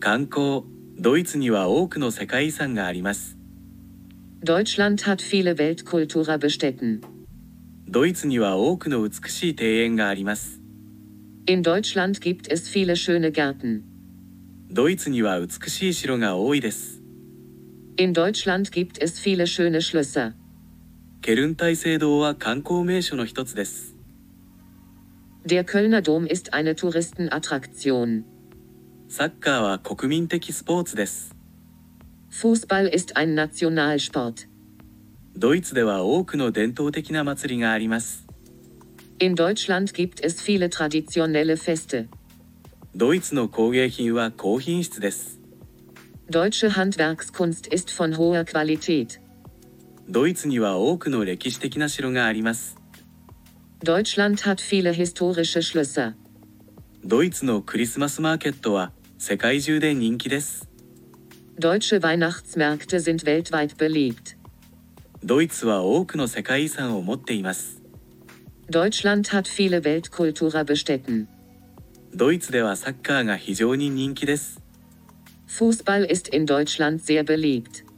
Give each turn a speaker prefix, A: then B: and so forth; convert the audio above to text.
A: 観光ドイツには多くの世界遺産があります
B: Deutschland hat viele Weltkulturerbestätten.
A: ドイツには多くの美しい庭園があります
B: In Deutschland gibt es viele schöne Gärten.
A: ドイツには美しい城が多いです
B: In Deutschland gibt es viele schöne Schlösser.
A: ケルン大聖堂は観光名所の一つです
B: Der Kölner Dom ist eine Touristenattraktion.
A: サッカーは国民的スポーツです
B: Fußball ist ein Nationalsport.
A: ドイツでは多くの伝統的な祭りがあります
B: In Deutschland gibt es viele traditionelle Feste.
A: ドイツの工芸品は高品質です
B: Deutsche Handwerkskunst ist von hoher Qualität.
A: ドイツには多くの歴史的な城があります
B: Deutschland hat viele historische Schlösser.
A: ドイツのクリスマスマーケットは世界中で人気です
B: Deutsche Weihnachtsmärkte sind weltweit beliebt.
A: ドイツは多くの世界遺産を持っています
B: Deutschland hat viele Weltkulturerbestätten.
A: ドイツではサッカーが非常に人気です
B: Fußball ist in Deutschland sehr beliebt.